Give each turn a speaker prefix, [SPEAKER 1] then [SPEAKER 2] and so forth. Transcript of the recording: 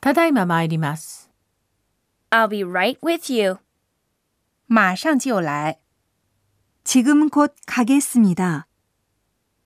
[SPEAKER 1] ただいま参ります。
[SPEAKER 2] I'll be right with you.
[SPEAKER 3] 马上就来。
[SPEAKER 4] 지금 곧 가겠습니다.